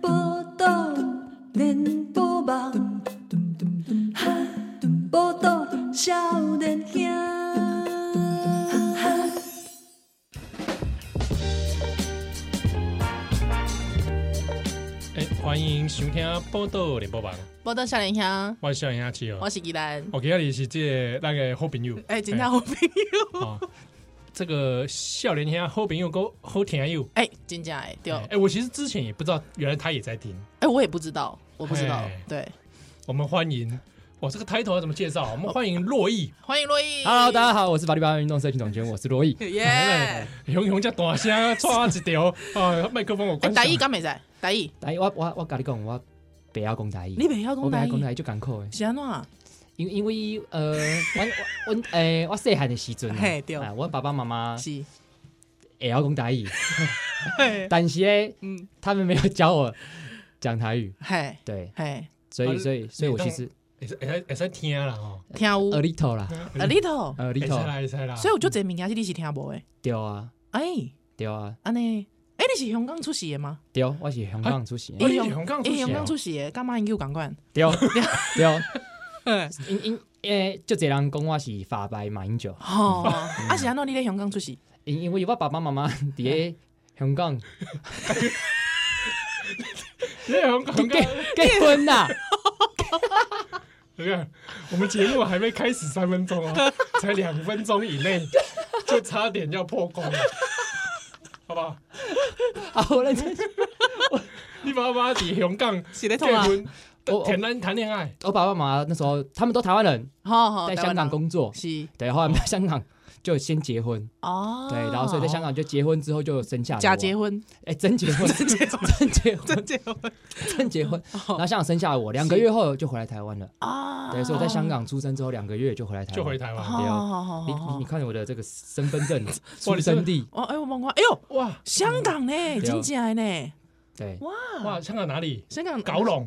报道连波网，报道少年兄。哎、欢迎收听《报道联播网》，报道少年兄，我是小杨阿七我哦。是依兰。我今日是这个咱的好朋友，哎、真正好朋友，哦，这个笑脸天好朋友够好听友。哎、真正哎，对，哎哎、、我其实之前也不知道，原来他也在听。我也不知道，我不知道哎，对，我们欢迎，哇，这个 title 要怎么介绍啊？我们欢迎洛毅，欢迎洛伊 Hello，大家好，我是巴黎巴运动社群总监，我是罗毅。耶！哎哎熊熊叫大声，抓一条啊，麦克风我关台语上。敢袂使？台语，来，哎我我我跟你讲，我不要讲台语，你袂晓讲我不台要讲语，台语就艰苦的，是安怎样？因因为 呃，我我我诶，我细汉的时阵啊嘿对，啊我爸爸妈妈是，也要讲 台语，但是呢，嗯，他们没有教我讲台语，嘿，对，嘿，所啊以所以所以我其实也是也是也是听啦哦，听有 a little 啦，a little， ，a 也是 little 啦，也是啦。所以有足侪物件是你是听无的。对啊哎，对啊安尼，哎，你是香港出世的吗？对，啊我是香港出生的，哎你是香港出世哎香哦港出世的，干嘛研究共款？对啊 对，嗯因因诶，就这人讲我是法白马英九。吼，啊是安怎你咧香港出世？因因为我爸爸妈妈 伫咧香港对，我刚结刚结婚啦， 你看，我们节目还没开始三分钟哦，才两分钟以内，就差点要破功了，好不好？啊好我认真。你爸爸在香港是咧结婚啊我，谈谈谈恋爱，我爸爸妈妈那时候他们都台湾人，好好，在哦台湾香港人工作，是对，后来在香港就先结婚，哦，对，然后所以在香港就结婚之后就生下了我假结，婚，哎，真结婚，真结婚，真结婚，结婚真结婚，然后香港生下了我，两个月后就回来台湾了，啊对，所以我在香港出生之后两个月就回来台湾，就回。台好湾。对好哦好好你好你你看我的这个身份证哇出你生地，哦，哎，我忘光，哎呦，哇香港呢，啊真正的呢，对，哇，哇，香港哪里？香港搞拢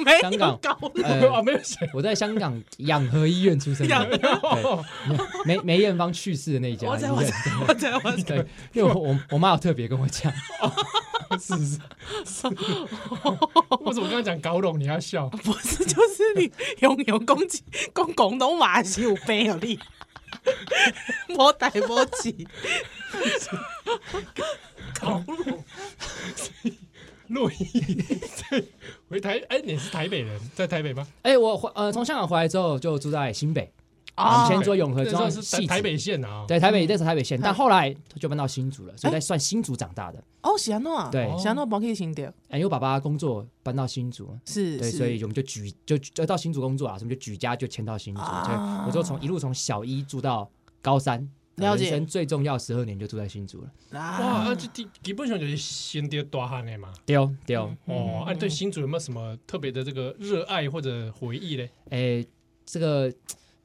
没有香港搞拢 啊，呃，没有谁。我在香港养和医院出生的，哦 梅梅艳芳去世的那一家，我知对我不知对我知我知，对，因为我我我妈有特别跟我讲，是是是，为什么刚刚讲搞拢你要笑？ 不是就是你用用攻击 讲广东话是有病哦你， 无代无 志，搞拢。洛伊在回台，哎，你是台北人，在台北吗？哎、我回呃从香港回来之后就住在新北，我啊们哦先做永和那时庄候是戏台台北子，县啊。对，台北那是台北县，嗯但哎后来就搬到新竹了，所以在算新竹长大的。哦是安怎，对，哦是安怎无去新掉，哎、因为我爸爸工作搬到新竹，是对，是所以我们就举就就到新竹工作啊，所以我们就举家就迁到新竹，啊所以我就从一路从小一住到高三。了解人生最重要十二年就住在新竹了，哇，啊啊，这基基本上就是先爹大汉的嘛。对哦对嗯哦，哦，哎、对新竹有没有什么特别的这个热爱或者回忆嘞？哎、这个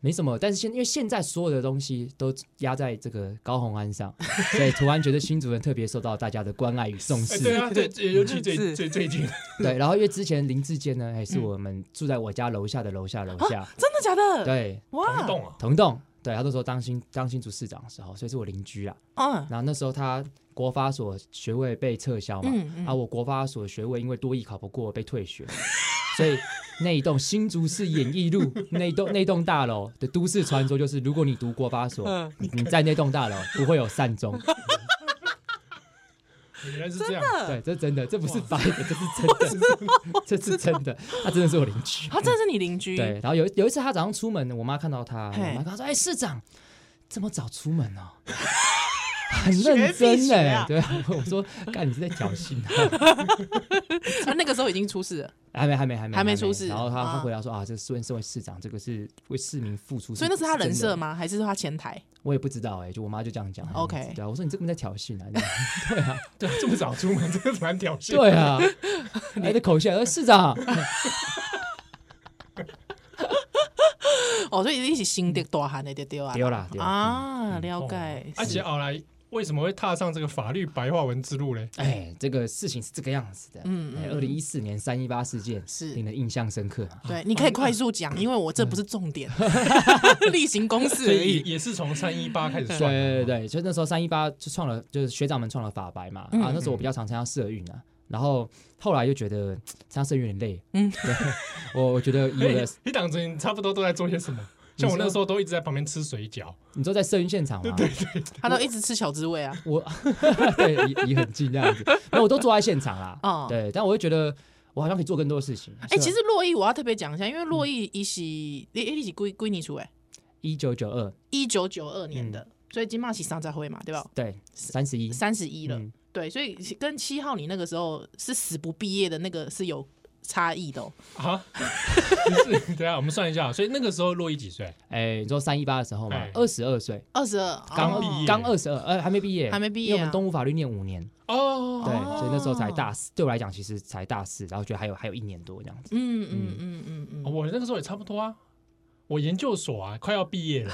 没什么，但是现因为现在所有的东西都压在这个高红安上，所以突然觉得新主人特别受到大家的关爱与重哎视。 对啊，对，尤其最是最最 近，对然后因为之前林志坚呢，还是我们住在我家楼下的楼下楼啊下，真的假的，对，哇，动啊，同栋，对他那时候当新当新竹市长的时候，所以是我邻居啊啦。嗯然后那时候他国法所学位被撤销嘛，嗯嗯啊，我国法所学位因为多艺考不过被退学， 所以那一栋新竹市演艺路 那一栋那栋大楼的都市传说就是，如果你读国发所嗯，你在那栋 大楼不会有善终。原来是这样，嗯对，这真的，这不是白的，这 是真的，这是真的，他真的是我邻居。他真的是你邻居，对，然后有一有一次他早上出门，我妈看到他，我嘿妈跟他说：“哎、市长这么早出 门哦。”很认学必真学哎、啊对，我说，干你是在挑衅他、 啊，那个时候已经出事了，还没，还没，还没，还没出事然后他他啊回答说啊，这身身为市长，这个是为市民付出，所以那是他人设吗？吗？还是说他前台？我也不知道哎、就我妈就这样讲。 OK 这样子对啊，我说你这个在挑 衅啊，这样对，啊这么早出门， 真的蛮挑衅。对啊，来的口气啊，说市长，哦，所以一起心得大汉的就对啊，丢啦丢啦啊，了哦解，而且后来为什么会踏上这个法律白话文之路嘞？哎，这个事情是这个样子的。嗯嗯嗯嗯。二零一四年三一八事件是令人印象深刻啊嘛？对，你可以快速讲，因为我这不是重点， 例行公事所而以已。也也是从三一八开始对算的。对对对，就那时候三一八就创了，就是学长们创了法白嘛。嗯啊，那时候我比较常参加社运啊，然后后来又觉得嘖参加社运有点累。嗯嗯， 我我觉得以我的哎，一档子你差不多都在做些什么？像我那时候都一直在旁边吃水饺，你都在社运现场嘛，他都一直吃小滋味啊，我 对离离很近这样子，那我都坐在现场啦。哦对，但我会觉得我好像可以做更多的事情。啊哎，其实洛伊我要特别讲一下，因为洛伊一是你你是归归你出哎，一九九二一九九二年的，所以金马是上在会嘛，对吧？对三十一三十一了嗯，对，所以跟七号你那个时候是死不毕业的那个是有差异的哦。啊， 不是，等一下我们算一下，所以那个时候洛伊几岁？哎，你说三一八的时候嘛哎，二十二岁，二十二哦刚毕业刚二十二，呃，还没毕业，还没毕业啊因为我们东吴法律念五年，哦，对，所以那时候才大四，对我来讲其实才大四，然后觉得还有还有一年多这样子。嗯嗯嗯嗯嗯，哦我那个时候也差不多啊，我研究所啊，快要毕业了，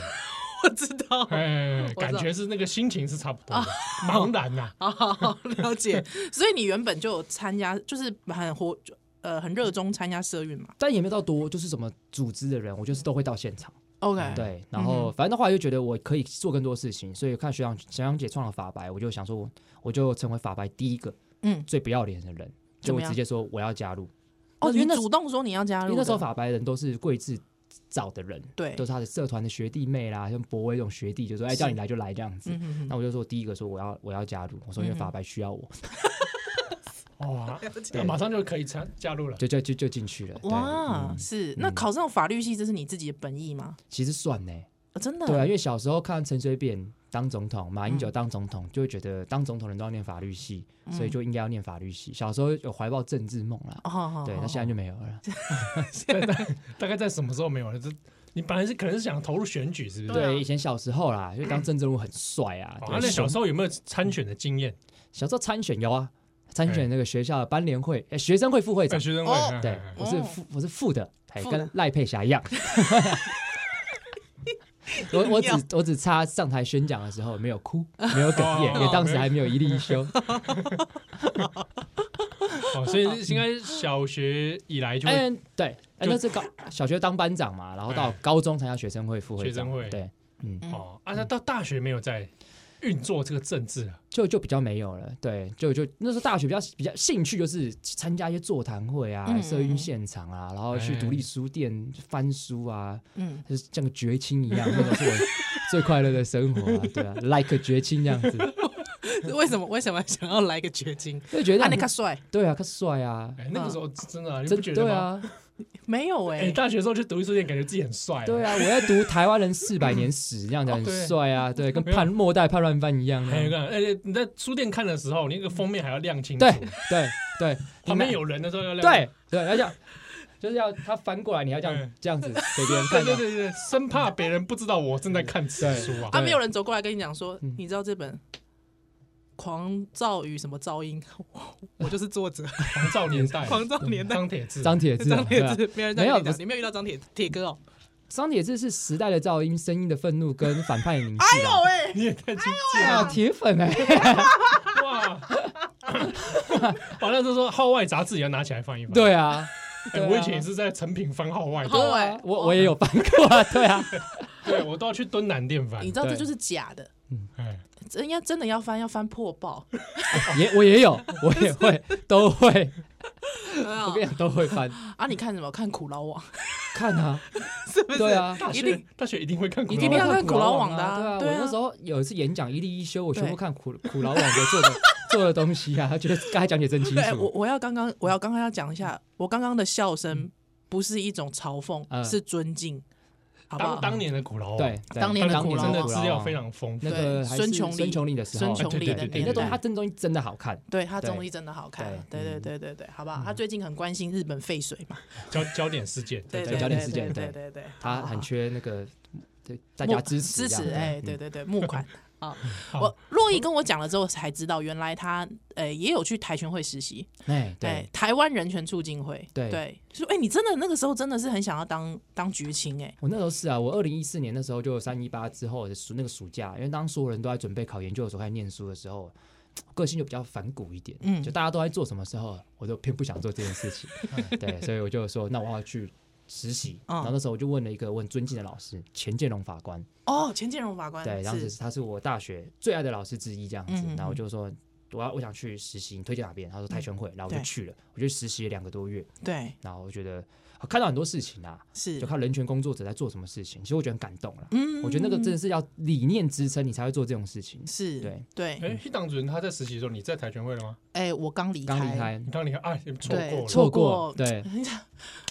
我知道 哎，我知道感觉是那个心情是差不多啊的，茫然啊 呐。好好好， 了解。所以你原本就有参加，就是很活，呃，很热衷参加社运嘛。但也没有到多，就是什么组织的人，我就是都会到现场。 OK，，对，然嗯后反正的话就觉得我可以做更多事情，所以看学长学长姐创了法白，我就想说，我就成为法白第一个嗯，最不要脸的人，怎就么我样直接说我要加入。哦，那因为你那主动说你要加因入为的，那时候法白人都是贵志找的人，对都是他的社团的学弟妹啦，像博威这种学弟，就说哎是叫你来就来这样子嗯。嗯那我就说第一个说我要我要加入，我说因为嗯哼法白需要我，哇，对那马上就可以参加 入了。就就就就进去了。嗯，对，哇，嗯是那考上法律系，这是你自己的本意吗？其实算呢，哦真的，嗯对啊，因为小时候看陈水扁当总统，马英九当总统，就会觉得当总统的人都要念法律系，所以就应该要念法律系。小时候有怀抱政治梦啦，哦，对，好那现在就没有了。大概在什么时候没有了？这你本来是可能是想投入选举，是不是？哦对，以前小时候啦，因为当政治人物很帅啊，哦。对啊那小雄时候有没有参选的经验？小时候参选有啊，参选那个学校的班联会、呃学生会副会在长。学生会哦，哎对哎，我是哦副，我是副的，哎，副的跟赖佩霞一样。 我 我只我只差上台宣讲的时候没有哭，没有哽咽，哦也当时还没有一例一休。哦，所以是应该小学以来就会嗯，对，哎，那是高小学当班长嘛，然后到哎高中参加学生会副会长，学生会对，嗯哦啊，那到大学没有在运作这个政治了。就就比较没有了，对，就就那时候大学比较比较兴趣就是参加一些座谈会啊、嗯社运现场啊，然后哎去独立书店翻书啊，嗯，就是像个绝亲一样，那种是我最快乐的生活啊，对啊，like a 绝亲这样子， 为什么为什么想要来个绝经？就觉得啊，那那样个很帅对啊，可帅啊，哎，那个时候真的啊，你真不觉得对吗？啊，没有哎，哎，大学的时候去读书店，感觉自己很帅。对啊，我要读台湾人四百年史，这样子很哦对帅 啊，对，跟没有哎叛末代叛乱犯一样啊，还有一个，而且你在书店看的时候，你那个封面还要亮清楚，对对对， 旁边有。有人啊的时候要亮。对对，要这样，就是要他翻过来，你要这样嗯 这样子给别人对看对到。对对，生怕别人不知道我正在看此书啊。啊，对没有人走过来跟你讲说嗯，你知道这本《狂躁与什么噪音》， 我就是作者，《 狂躁年代，狂躁年代》张铁志， 张铁志啊，张对铁啊志，没有人没这有样跟你不讲，你没有遇到张铁铁哥哦。 张铁志是时代的噪音，声音的愤怒跟反叛的凝视啊。喂， 你也太亲切啊，了铁粉哎，哇！ 完了就说号外杂志也要拿起来翻一翻。对啊，哎对啊我以前也是在成品翻号外的，好对哎啊，我我也有翻过啊，对啊，对我都要去敦南店翻你。知道这对就是假的，哎，人家真的要翻要翻破报，也我也有，我也会，都会。对啊我跟你讲都 会翻，啊，你看什么？看苦劳网看啊，是不是？对啊，大一学定大学一定会看古一老定一定会要王，看苦苦劳网网的啊啊。对我啊那时候有一次演讲一例一休，我全部对看苦苦劳网的做的做的东西啊，他觉得刚才讲解真清对，我楚。我要刚刚我要刚刚要讲一下，我刚刚的笑声不是一种嘲讽，嗯是尊敬，好不好当？当年的古老王，对，当年的当苦年劳真的王苦资劳料王非常丰富那。个对还孙是琼孙丽琼丽的时候，孙琼哎丽对的对对对那年东西他代，真东西真的好看。对他对综艺真的好看，对嗯对对对对对，好不好？他最近很关心日本废水嘛，焦焦点事件，对对对焦对点对事件对对对对，他好很好缺那个对大募家支持支这样持，子哎，嗯对对对， 募款啊！好我洛伊跟我讲了之后才知道，原来他呃也有去台拳会实习，哎对对，台湾人权促进会，对对，说哎，你真的那个时候真的是很想要当当绝情哎，我那时候是啊，我二零一四年那时候就三一八之后的暑那个暑假，因为当所有人都在准备考研究所开始念书的时候，我个性就比较反骨一点，嗯就大家都在做什么时候，我就偏不想做这件事 情，对，所以我就说那我要去实习，嗯然后那时候我就问了一个我很尊敬的老师钱建龙法官，哦，钱建荣法官，对，当时是他是我大学最爱的老师之一，这样子嗯嗯，嗯嗯然后我就说。我要我想去实习，你推荐哪边？他说泰拳会，然后我就对去了，我就实习了两个多月，对然后我觉得啊看到很多事情啊，是就，看人权工作者在做什么事情，其实我觉得很感动啦。嗯我觉得那个真的是要理念支撑，你才会做这种事情。是，对对，哎，一党主任他在实习的时候，你在跆拳会了吗？哎，我刚离刚离开，开你，当年啊，你错对过了，过错过，对，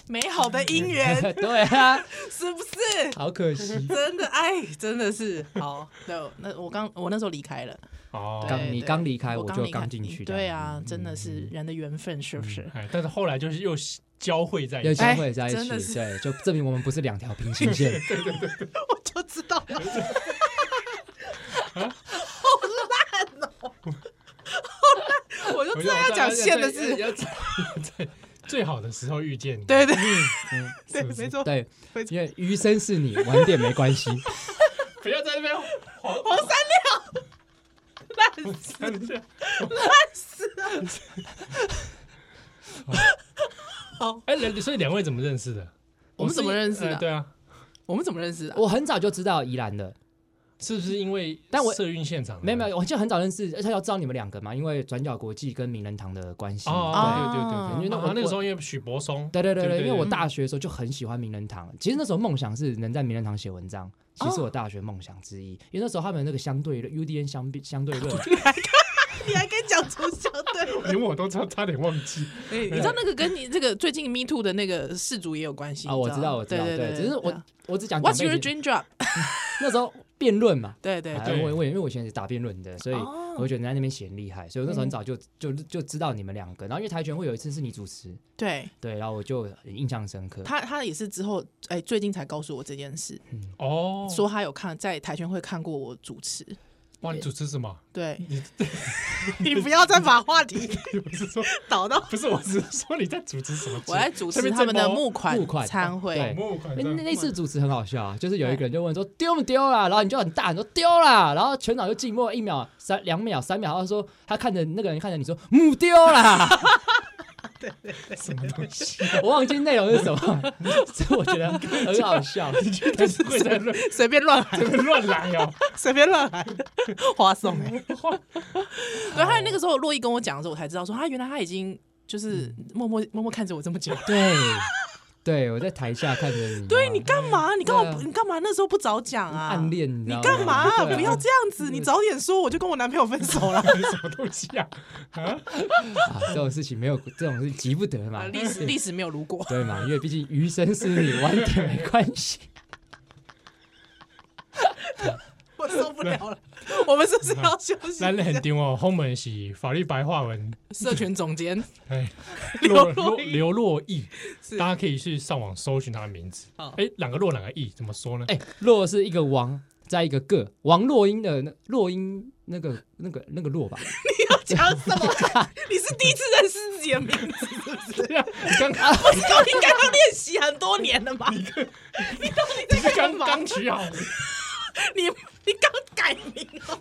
美好的姻缘 对啊，是不是？ 好可惜。真的，哎，真的是好。对，那我刚我那时候离开了，哦对刚你对刚离开，我就离开刚进去。对这样，嗯啊，真的是人的缘分，是不是？哎，但是后来就是又交汇在又一起，相会在一哎真的是起，对，就证明我们不是两条平行 线。我 就知道，好烂哦、哦好烂！我就知道要讲线的是是， 最好的时候遇见你，对对 嗯对，是不是没错，对没，错因为余生是你，晚点没关系。 不要在那边黄黄 三料，烂死！三下。好， 哎，两所以两位怎么认识的？我们怎么认识哎的？对啊，我们怎么认识的？我很早就知道宜兰的，是不是因为但我社运现场的？没有没有，我就很早认识，而且要知道你们两个嘛，因为转角国际跟名人堂的关系。哦，对对啊对对对，因为那那我我那个时候因为许柏松，对对对对对，对因为我 对大学的时候就很喜欢名人堂，其实那时候梦想是能在名人堂写文章，其实是我大学梦想之一，因为那时候他们那个相对论 UDN 相比相对 论，你还跟讲出相对？连我都差差点忘记。哎你知道那个跟你这个最近 Me Too 的那个事主也有关系啊，我知道吗我知道，对对，对，只是对我啊我只讲 What's 讲 your 背景 dream job？那时候辩论嘛，对对哎对，我对我因为我以前是打辩论的，所以哦我觉得你在那边写很厉害，所以我那时候很早就就就知道你们两个，然后因为跆拳会有一次是你主持，对对，然后我就很印象深刻，他他也是之后哎、最近才告诉我这件事，哦，说他有看在台拳会看过我主持。哇，你主持什么？ 对你，你不要再把话题我是 说，导到不是，我只是说你在主持什么？我来主持这边他们的正猫募款哎募款餐会。对募款那这样那 次主持很好笑啊，就是有一个人就问说丢不丢啦，然后你就很大，你说丢啦，然后全场就静默一秒、三两秒、三秒，然后说他看着那个人看着你说母丢啦，什么东西？我忘记内容是什么，所以我觉得很好笑。你觉得是会在乱随便乱喊，乱来哦？随便乱喊， 花送哎、对，还有那个时候洛伊跟我讲的时候，我才知道说，他啊原来他已经就是默默默默看着我这么久。对，啊对我在台下看着你，对你干嘛？你干嘛对啊不？你干嘛那时候不早讲啊？暗恋，你知你道吗干嘛？对啊不要这样子！你早点说，我就跟我男朋友分手 了。什么东西啊？啊，啊这种事情没有，这种事急不得嘛，历史历史没有如 果。对嘛，因为毕竟余生是你，晚点没关系。我受不了了， 我们是不是要休息咱一很下？丢哦，后门是法律白话文，社群总监哎，刘若 若若英刘若毅，是哦大家可以去上网搜寻他的名字。好哎，哪个若哪个毅？怎么说呢？哎、若是一个王，在一个个王若英的那若英那个那个那个 若吧，讲什 么？你是第一次认识自己的名字，是不是？对啊， 你刚 不是都应该要练习很多年了吗？ 你到底你在干刚嘛？刚取好，你你刚改名哦，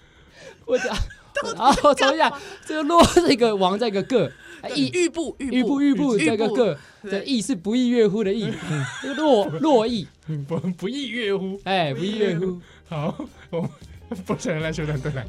我讲啊，我重新讲，这个若是一个王，在一个个，哎意玉部玉欲不欲不，在一个个对的意是不亦乐乎的意，嗯这个若若意，不不亦乐乎。哎，不亦乐乎。好，我们不想来修短对来。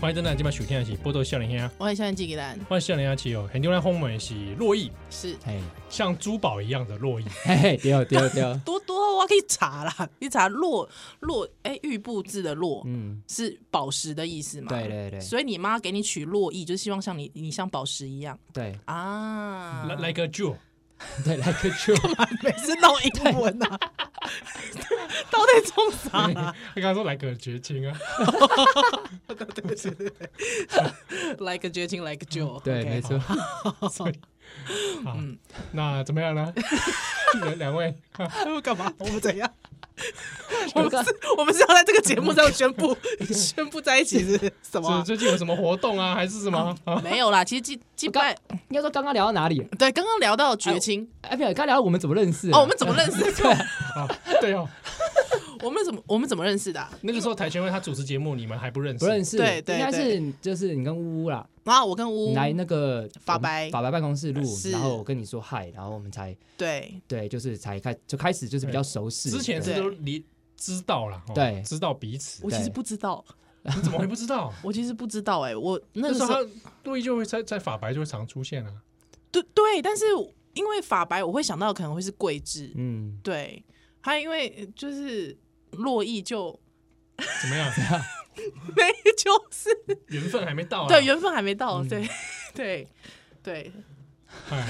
欢迎真的今晚收听的是波多笑脸兄，我很喜欢纪给兰，欢迎笑脸兄七哦，很多人轰我们是洛邑，是嘿，像珠宝一样的洛邑，哎嘿嘿，丢丢丢，多多我可以查啦，你查洛洛哎玉部字的洛嗯，是宝石的意思嘛？对对对所以你妈给你取洛邑，就是希望像你你像宝石一样对啊， 来来个 jewel，对，来个球，每次弄英文 啊，到底冲啥啊？他刚刚说来个绝情啊，来个绝情，来个 酒，对，没错， 好，那怎么样 呢？两两位，啊干嘛？我们怎样？ 我我们刚是，我们是要在这个节目上宣布 宣布在一起是什么是啊？最近有什么活动啊，还是什么啊？没有啦，其实祭祭拜，应该说刚刚聊到哪里？对，刚刚聊到绝情哎，不对，刚刚聊到我们怎么认识的哦，我们怎么认识？ 啊，对哦，我们怎么我们怎么认识的啊？那个时候跆拳会他主持节目，你们还不认识？不认识？对对应该是就是你跟乌乌啦，然后我跟乌你来那个法我们白法白办公室录，是然后我跟你说嗨，然后我们才对对，就是才开就开始就是比较熟识。之前是对都离知道啦，哦对知道彼此， 我其实不知道，你怎么会不知道？我其实不知道哎，我那那个时时候候他陆毅就会在在法白就会常出现啊，对对，但是因为法白，我会想到可能会是桂枝，嗯，对，还因为呃就是洛邑就 怎么样？没就是缘分还没到啊？对缘分还没到，对对对，哎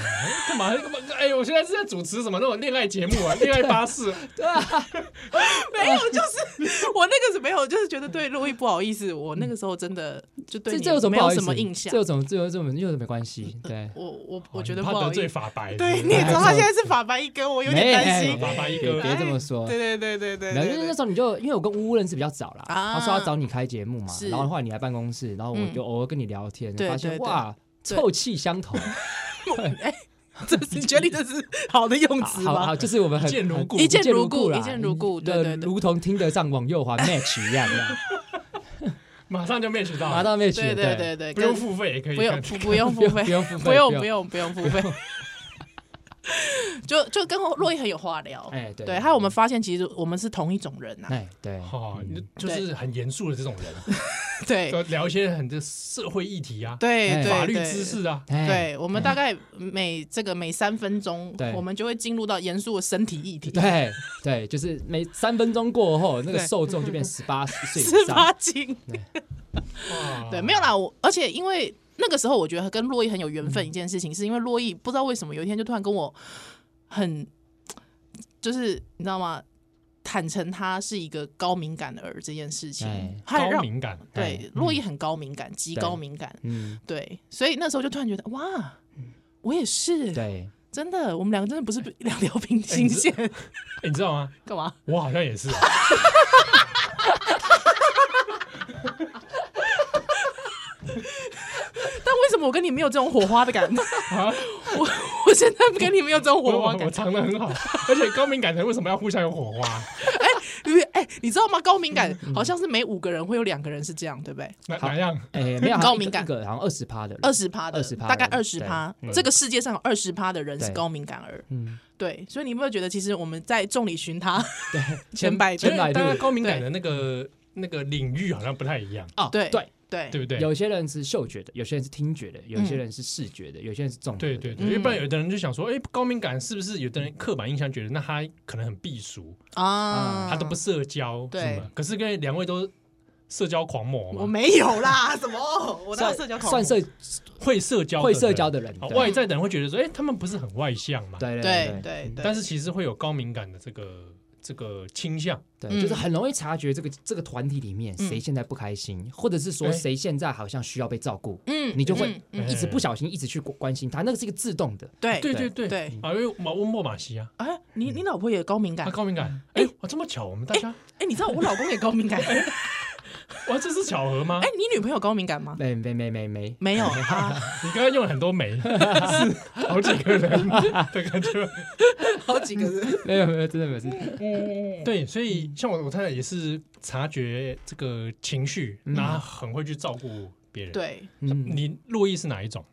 干嘛干嘛？哎，我现在是在主持什么那种恋爱节 目啊，恋爱巴士，没有就是我那个是没有，就是觉得对洛邑不好意思，我那个时候真的就对这你这有什么没不有好意什么思？印象这，有什么这有什么又有什么关 系？对，我我我哦觉得你不怕好得意罪思，法白，对，是不你是也知道他没有现在是法白一哥，我有点没担哎心，法白一别哥别这么说。哎对对对对对没有，因为那对时候你就因为我跟乌乌认识比较早啦，啊他说要找你开节目嘛，是嗯然后后来你来办公室，然后我就偶尔跟你聊天，对发现对对哇，对臭气相投，啊对，哎，这是你觉得你这 是好的用词好吗好，？就是我们很一见如故很一见如故啦一见如故对对对如同听得上往右滑 match 一样， 马上就 match 到，拿到 match，对对对对对，不用跟付费也可以不看，用不不用不付用费不，用付费不用不，用不用付费，就就跟洛伊很有话聊。哎对对，还有我们发现其实我们是同一种人呐。哎对，哦，你就是很严肃的这种人，对就聊一些很这社会议题啊，对哎对，法律对知。识啊，哎对我们大概每这个每三分钟对，我们就会进入到严肃的身体议题。 对对，就是每三分钟过后，那个对受众就变十八岁十以八上， 禁。哇对，没有啦，我而且因为那个时候我觉得跟洛伊很有缘分一件事情，是因为洛伊不知道为什么有一天就突然跟我很，就是你知道吗？坦诚他是一个高敏感的儿这件事情哎，他高让敏感，哎嗯对洛伊很高敏感，极对高敏感，嗯，对，所以那时候就突然觉得哇。我也是，对，真的，我们两个真的不是两条平行线，哎你知道吗？干嘛？我好像也 是，啊但为什么我跟你没有这种火花的感觉？我我现在跟你没有这种啊我火花我感我，藏的很好，而且高敏感的人为什么要互相有火花？因为哎，你知道吗？高敏感好像是每五个人会有两个人是这样，对不对？哪好哪样？哎没有高敏感一个一个好像二十趴的人，二十趴的， 20%大概二人十趴对。这个世界上有二十趴的人是对高敏感儿，嗯，对，所以你有没有觉得，其实我们在众里寻他，对，千百度千百大度家高敏感的那个那个领域好像不太一样，哦，对对。对对不对？有些人是嗅觉的，有些人是听觉的，有些人是视觉的，有些人是综合的。对对对，嗯因为不然有的人就想说，哎，高敏感是不是有的人刻板印象觉得那他可能很避俗，啊，嗯他都不，社交，对什么可是跟两位都社交狂魔我嘛，没有啦，什么？我那算社交恐算怖社会社交的会人社交的人啊，对外在的人会觉得说，哎，他们不是很外向嘛？对对对对对，但是其实会有高敏感的这个这个倾向，对嗯对，就是很容易察觉这个这个团体里面嗯谁现在不开心，或者是说哎谁现在好像需要被照顾，嗯，你就会嗯嗯一直不哎小心一直去关关心他，那个是一个自动的。对对对对对对啊，因为马温莫马西啊，哎，你你老婆也高敏感他，高敏感，嗯哎，哇，这么巧，我们大家，哎，你知道我老公也高敏 感，哎，哇，这是巧合吗？你女朋友高敏感吗？没没没没没，没有啊，你刚刚用了很多枚，是好几个人的感觉。好几个 人， 没有没有，真的没有，真的对，所以像我我太太也是察觉这个情绪，那很会去照顾别人。，对，嗯，你洛伊是哪一种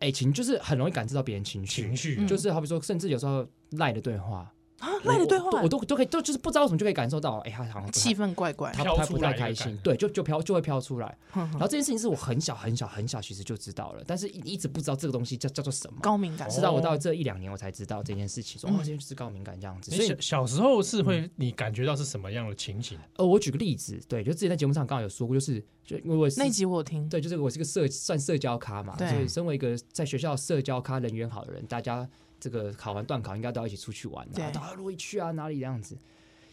哎，情就是很容易感知到别人情绪情，绪？就是好比说，甚至有时候赖的对话，啊，赖的对话我，我都都可以，都就是不知道为什么就可以感受到，哎、他好像不太气氛怪怪。他飘他出不太来的开感心觉，对，就就飘就会飘出来。哼然哼后这件事情是我很小很小很小其实就知道了，但是一一直不知道这个东西叫叫做什么。高敏感直到我到这一两年我才知道这件事情，说嗯哦，这件事高敏感这样子。你所以嗯小小时候是会你感觉到是什么样的情形？呃，我举个例子，对，就之前在节目上刚好有说过，就是就因为我是那一集我有听，对，就是我是个社算社交咖嘛，对所以身为一个在学校社交咖人缘好的人，大家这个考完段考应该都要一起出去玩对啊，到如果一去啊哪里这样子，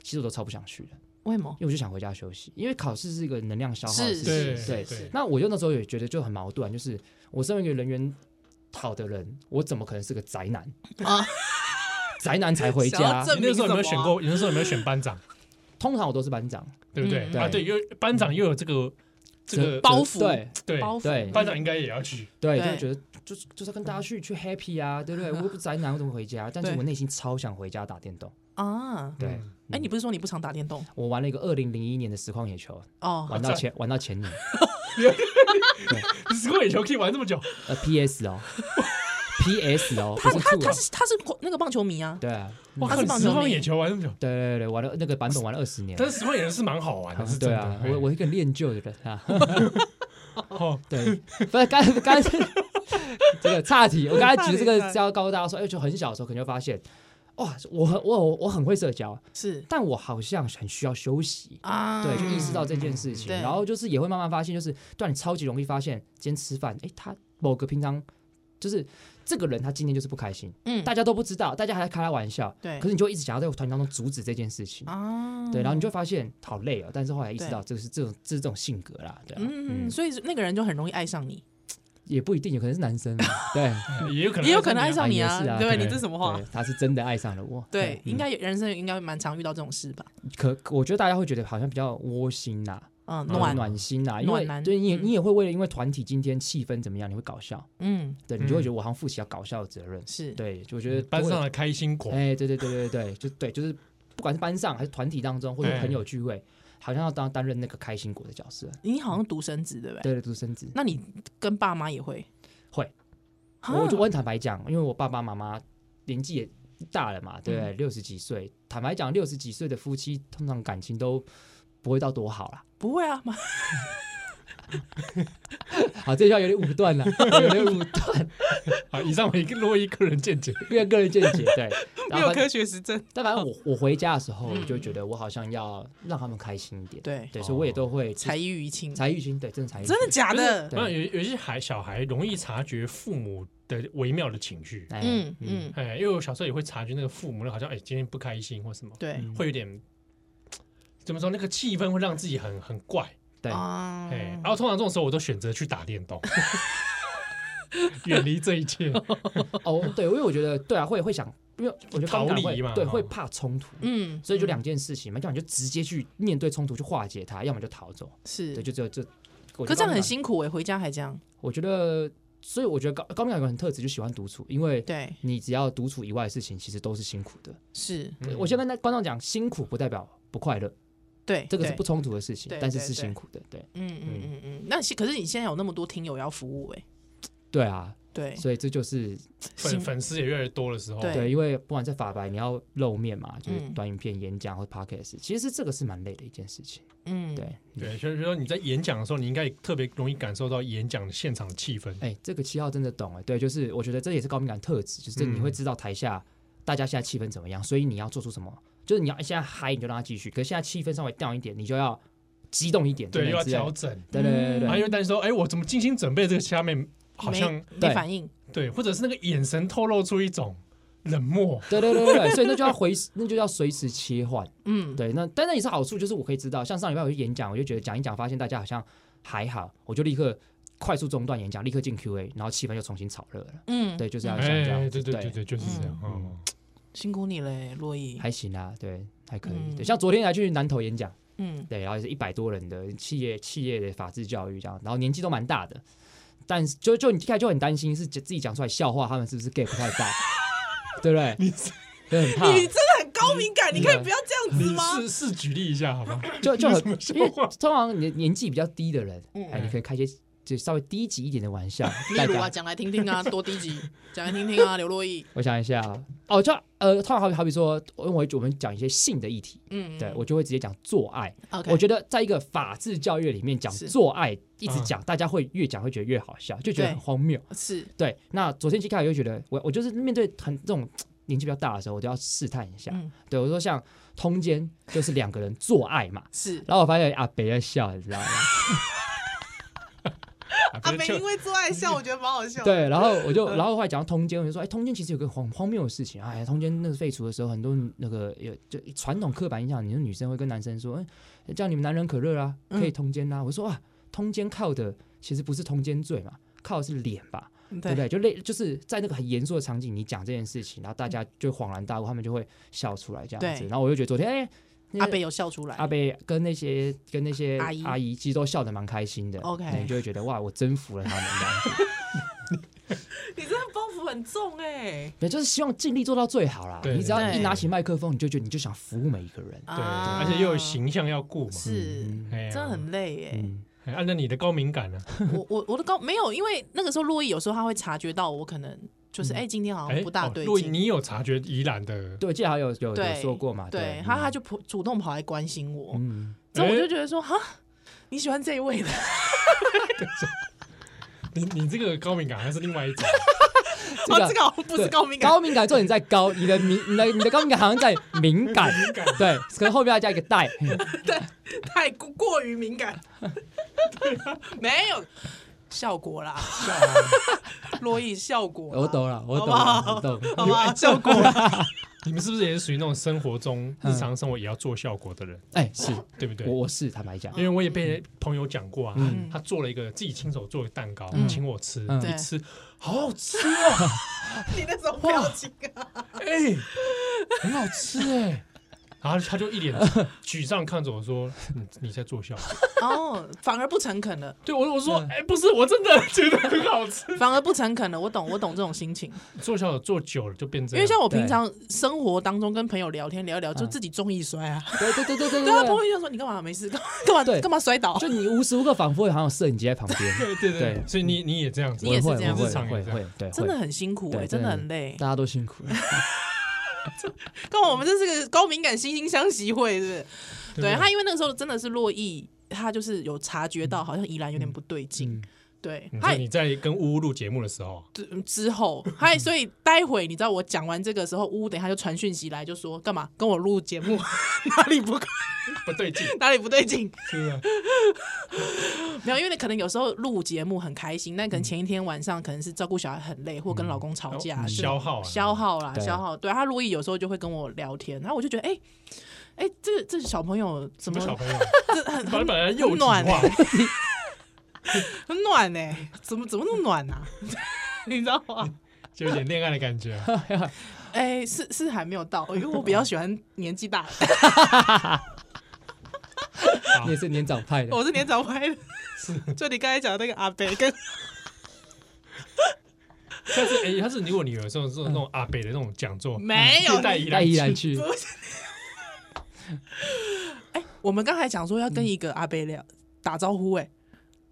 其实我都超不想去的，为什么？因为我就想回家休息，因为考试是一个能量消耗的是事对情，对对对，那我就那时候也觉得就很矛盾，就是我身为一个人缘好的人，我怎么可能是个宅男啊啊？ 宅男才回想要家，证你那时候有没有什么选啊过？你那时候有没有选班 长？通常我都是班长，对不对？嗯对啊，对，因为班长又有这个这个包袱对对，包袱对班长应该也要去。对，对就觉得就是就是跟大家去去 happy 啊，对不对？我又不宅男，我怎么回家？但是对我内心超想回家打电动。啊！对，嗯哎，你不是说你不常打电动我玩了一个二零零一年的实况野球，哦？玩到前玩到前年，你十块野球可以玩这么久，呃，PS 哦，PS 哦，他不是他 Two 他哦，是他是那个棒球迷啊，对啊，哇他靠！是你棒球迷十块野球玩这么久，对对对，玩了那个版本玩了二十年。但是十块野球是蛮好玩的，是真对的。啊，哎我我一个练就的人 啊，哦，对，不是刚刚这个岔题，我刚才举这岔个题是要告诉大家说，哎，就很小的时候可能就发现，哇，我很我我我很会社交，是但我好像很需要休息。啊，对，就意识到这件事情，对然后就是也会慢慢发现，就是对你超级容易发现，今天吃饭，哎，他某个平常就是这个人，他今天就是不开心，嗯大家都不知道，大家还在开他玩笑，对可是你就一直想要在团体当中阻止这件事情，啊，对，然后你就发现好累哦，但是后来意识对到这是这种这是这种性格啦，对啊、嗯，嗯所以那个人就很容易爱上你，也不一定，有可能是 男生嘛，啊对，也有可能，也有可能爱上你啊也是啊对对你这什么话对？，他是真的爱上了我，对，嗯应该人生应该蛮常遇到这种事吧？可可我觉得大家会觉得好像比较窝心呐、嗯，然后暖，呃暖心呐、因暖为男对你也嗯你也会为了因为团体今天气氛怎么样，你会搞笑，嗯，对你就会嗯觉得我好像负起要搞笑的责任，是，对，就我觉得班都会上的开心果，哎，对对对对对，就对，就是不管是班上还是团体当中，或者哎朋友聚会，好像要当担任那个开心果的角色。你好像独生子对不对？对对，独生子，那你跟爸妈也会会啊，我就我很坦白讲，因为我爸爸妈妈年纪也大了嘛，嗯对不对，六十几岁，坦白讲，六十几岁的夫妻通常感情都不会到多好啦。不会 啊，妈好，这句话有点武断了， 有点武断，啊，以上为洛伊个人见解。因为个人见解，对，然后反学实证，但反正我我回家的时候，我就觉得我好像要让他们开心一点，嗯对，哦对，所以我也都会才艺于亲，才艺群，对，真的才艺群，真的假的？对那有有一些孩小孩容易察觉父母的微妙的情绪，哎，嗯嗯，哎，因为我小时候也会察觉那个父母，好像哎今天不开心或什么，对会有点怎么说，那个气氛会让自己很很怪。嗯对啊，哎，然后通常这种时候我都选择去打电动，远离这一切。哦，对，因为我觉得对啊，会会想，因为我觉得逃高敏感离会嘛对，哦会怕冲突，嗯，所以嗯就两件事情嘛，要么就直接去面对冲突去化解它，要么就逃走，是对，，就只有这。我可觉得这样高敏很感，辛苦哎，回家还这样，我觉得，所以我觉得高高敏感有个很特质，就喜欢独处，因为对，你只要独处以外的事情，其实都是辛苦的。是，对我先嗯跟大观众讲，辛苦不代表不快乐，对，这个是对不，冲突的事情对，但是对是对辛苦的，对嗯嗯嗯嗯，那是可是你现在有那么多听友要服务哎，对啊，对，所以这就是粉粉丝也越来越多的时候，对对，因为不管在法白，你要露面嘛，就是嗯短影片、演讲或 podcast，其实这个是蛮累的一件事情，嗯，对，对，所以说你在演讲的时候，你应该也特别容易感受到演讲的现场的气氛。哎、这个七号真的懂哎，对，就是我觉得这也是高敏感特质，就是这嗯你会知道台下大家现在气氛怎么样，所以你要做出什么，就是你要现在嗨你就让它继续，可是现在气氛稍微掉一点，你就要激动一点，对，等又等要之调类整，对对对然后对又担心说，哎，我怎么精心准备这个下面好像没没对反应，对，或者是那个眼神透露出一种冷漠。对对对对对，所以那就要回，那就要随时切换，嗯，对，那但那也是好处，就是我可以知道，像上礼拜我去演讲，我就觉得讲一讲，发现大家好像还好，我就立刻快速中断演讲，立刻进 Q&A，然后气氛又重新炒热了，嗯，对，就是要像这样哎，子，对对对对，就是这样。嗯哦辛苦你嘞，洛伊，还行啊，对，还可以，嗯对，像昨天还去南投演讲。嗯，对，然后也是一百多人的企业企业的法治教育这样，然后年纪都蛮大的，但是就就你一开始就很担心是自己讲出来笑话，他们是不是 gap 太大，对不对？你就很你怕，真的很高敏嗯感，你可以不要这样子你吗？，试试举例一下好吗？就就你很怎么，因为说话通常年年纪比较低的人，哎，你可以开一些就稍微低级一点的玩笑嗯例大如啊，家讲来听听 啊，多低级，讲来听听啊，刘若毅，我想一下啊，哦，就呃，通常好比好比说，因为我我们讲一些性的议题，嗯，对我就会直接讲做爱。 ，OK，我觉得在一个法治教育里面讲是嗯做爱，一直嗯讲，大家会越讲会觉得越好笑，就觉得对很荒谬。得是对，那昨天去看，我就觉得我我就是面对很这种嗯年纪比较大的时候，我就要试探一下。嗯对我说像通奸就是两个人做爱嘛，是。然后我发现阿北在笑，你知道吗？啊阿不北是就因为做爱笑，我觉得蛮好笑。，嗯对，然后我就，然后后来讲到通奸，我就说，哎，通奸其实有个荒荒谬的事情，哎，通奸那个废除的时候，很多那个有就传统刻板印象，你说女生会跟男生说，嗯，叫你们男人可热啊，可嗯以通奸啊，我说啊，通奸靠的其实不是通奸罪嘛，靠的是脸吧，对不对对？就类就是在那个很严肃的场景，你讲这件事情，然后大家就恍然大悟，他们就会笑出来这样子，对然后我就觉得昨天，哎，那阿个北有笑出来。阿贝跟那些跟那些阿姨阿姨其实都笑得蛮开心的 OK 你就会觉得哇，我征服了他们这样子。你真的包袱很重哎、对，就是希望尽力做到最好啦。对你只要对一拿起麦克风，你就觉得你就想服务每一个人。对，而且又有形象要顾嘛，啊是，嗯哎呀真的很累哎、嗯，哎按照你的高敏感啊，我我我的高没有，因为那个时候洛伊有时候他会察觉到我可能嗯就是哎、今天好像哎，不大哦对如果劲。你有察觉宜兰的， 对，我记得好像有有有对说过嘛，对对，，他他就就主主动跑来关心我，嗯，所以我哎就觉得说哈，你喜欢这一位的，你你这个高敏感还是另外 一种，这个哦，这个好像不是对高敏感，高敏感重点在高，你的敏你的你的高敏感好像在 敏感，对，可能后面要加一个带，太过过于敏 感，没有效果啦，洛伊效果啦，我懂了，我懂好了，不好我懂。好吧，效果啦，你们是不是也是属于那种生活中嗯日常生活也要做效果的人，哎，是对不对我？我是坦白讲因，为我也被朋友讲过啊，嗯他做了一个自己亲手做的蛋糕，嗯请我吃，嗯一吃好好吃 你那种表情啊，哎，很好吃哎，然后他就 一脸沮丧看着我说：“你你在做效果哦，反而不诚恳了？”，对我我说：“嗯哎，不是，我真的觉得很好吃。 反而不诚恳了，我懂，我懂这种心情。做效果做久了就变这啊样，因为像我平常生活当中跟朋友聊天聊一聊，就自己中意摔啊。对对对对对对啊，对朋友对，就说你干嘛没事，干嘛干嘛嗯对干嘛摔倒？就你无时无刻仿佛好像有摄影机在旁边，对对对，对所以你你也这样子，你也是我会这样我日常也会这会样会对，真的会很辛苦哎、对真的很真累。大家都辛苦了，跟我们这是个高敏感惺惺相惜会，是不是？对啊对不对他，因为那个时候真的是洛伊，他就是有察觉到好像宜兰有点不对劲。嗯对，你他说也你在跟呜呜录节目的时候，之之后，他也所以待会你知道我讲完这个时候，呜，等一下就传讯息来，就说干嘛跟我录节 目，哪里不不对劲，哪里不对劲？是不是？没有，因为可能有时候录节目很开心，但可能前一天晚上可能是照顾小孩很累，或跟老公吵架，嗯就是消耗啊消耗啦，对消耗。对他如果有时候就会跟我聊天，然后我就觉得，哎、哎、这个这小朋友怎什么么小朋友， 这很把很本来幼很稚暖化欸， 很暖呢、怎么怎么那么暖啊？你知道吗？就有点恋爱的感觉。啊哎、是是还没有到，因为我比较喜欢年纪大的，你也是年长派 的，我是年长拍的。就你刚才讲的那个阿北跟但是哎，他是如果你有时候这种那种阿北的那种讲座， 没有可以带依带依兰然去，去，哎我们刚才讲说要跟一个阿北聊打招呼、哎，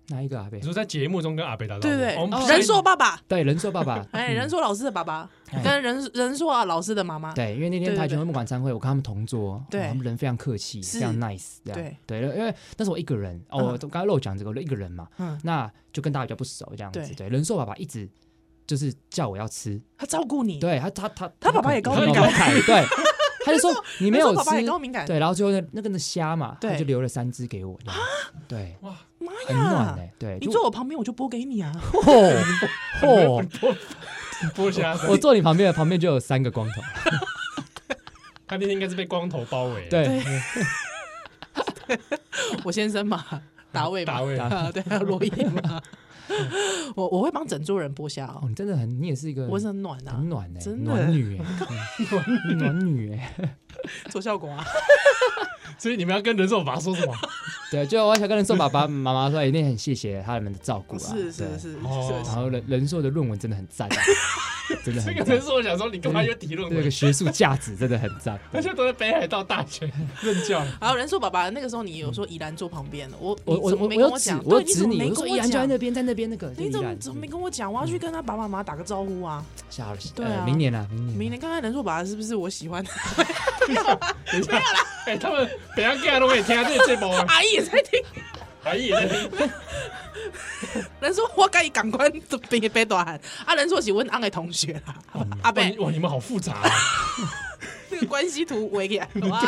哪一个啊？贝你？说在节目中跟阿北打嗯招呼，对不对哦我们对，不人是硕爸爸，对，人兽爸爸， 哎，嗯人硕老师的爸爸哎跟人人硕啊老师的妈妈，嗯对，因为那天对台对球会木管餐会，我跟他们同桌，对哦他们人非常客气，是非常 nice，这样对，因为那时候我一个人，哦，嗯我刚刚漏讲这个，我就一个人嘛，嗯那就跟大家比较不熟这样子对，对，人寿爸爸一直就是叫我要吃，他照顾你，对他他他他爸爸也高敏感对，他 就说你没有人硕吃爸爸也，高敏感，对，然后最后那那个那虾嘛，对他就留了三只给我，这样对，哇，妈很暖呀，哎，对，你就坐我旁边我就拨给 你啊，哦哦，剥虾子， 我坐你旁边，旁边就有三个光 头，他那天应该是被光头包围，，啊对，我先生 嘛，达卫嘛，大卫啊， 对，还有罗伊嘛，我我会帮整桌人剥虾哦，哦，你真的很，你也是一个我是很暖啊嗯很，暖哎，真的 暖女哎，嗯暖女哎。做效果啊，所以你们要跟人寿法说 什么？对，就我想跟人寿爸爸妈妈说，一定很谢谢他们的照顾 啊。是是对。是哦是 然后人人寿的论文真的很赞啊，真的这很个赞才。是我想说，你干嘛又提论这个文？学术价值真的很 赞，而且都在北海道大学 任教，还有人说爸爸，那个时候你有说宜兰坐旁边，我我你我怎么我没跟有指讲？我对，有你指怎么没我跟说宜兰就在讲那？边，在那边那个，就你宜怎么兰嗯怎么没跟我讲？我要去跟他爸爸妈妈打个招呼啊！下了？对呃啊明年啦，明年，明年看看人说爸爸是不是我喜欢的等一下，哎、他们北洋 gay 啊都可以听这个节目， 啊阿姨也在听，韩语在听，人说我该赶快 别别短喊啊！人说喜问安的同学啦，嗯 阿哇贝你，哇，你们好复杂、啊，啊那个关系图围起来， 哇，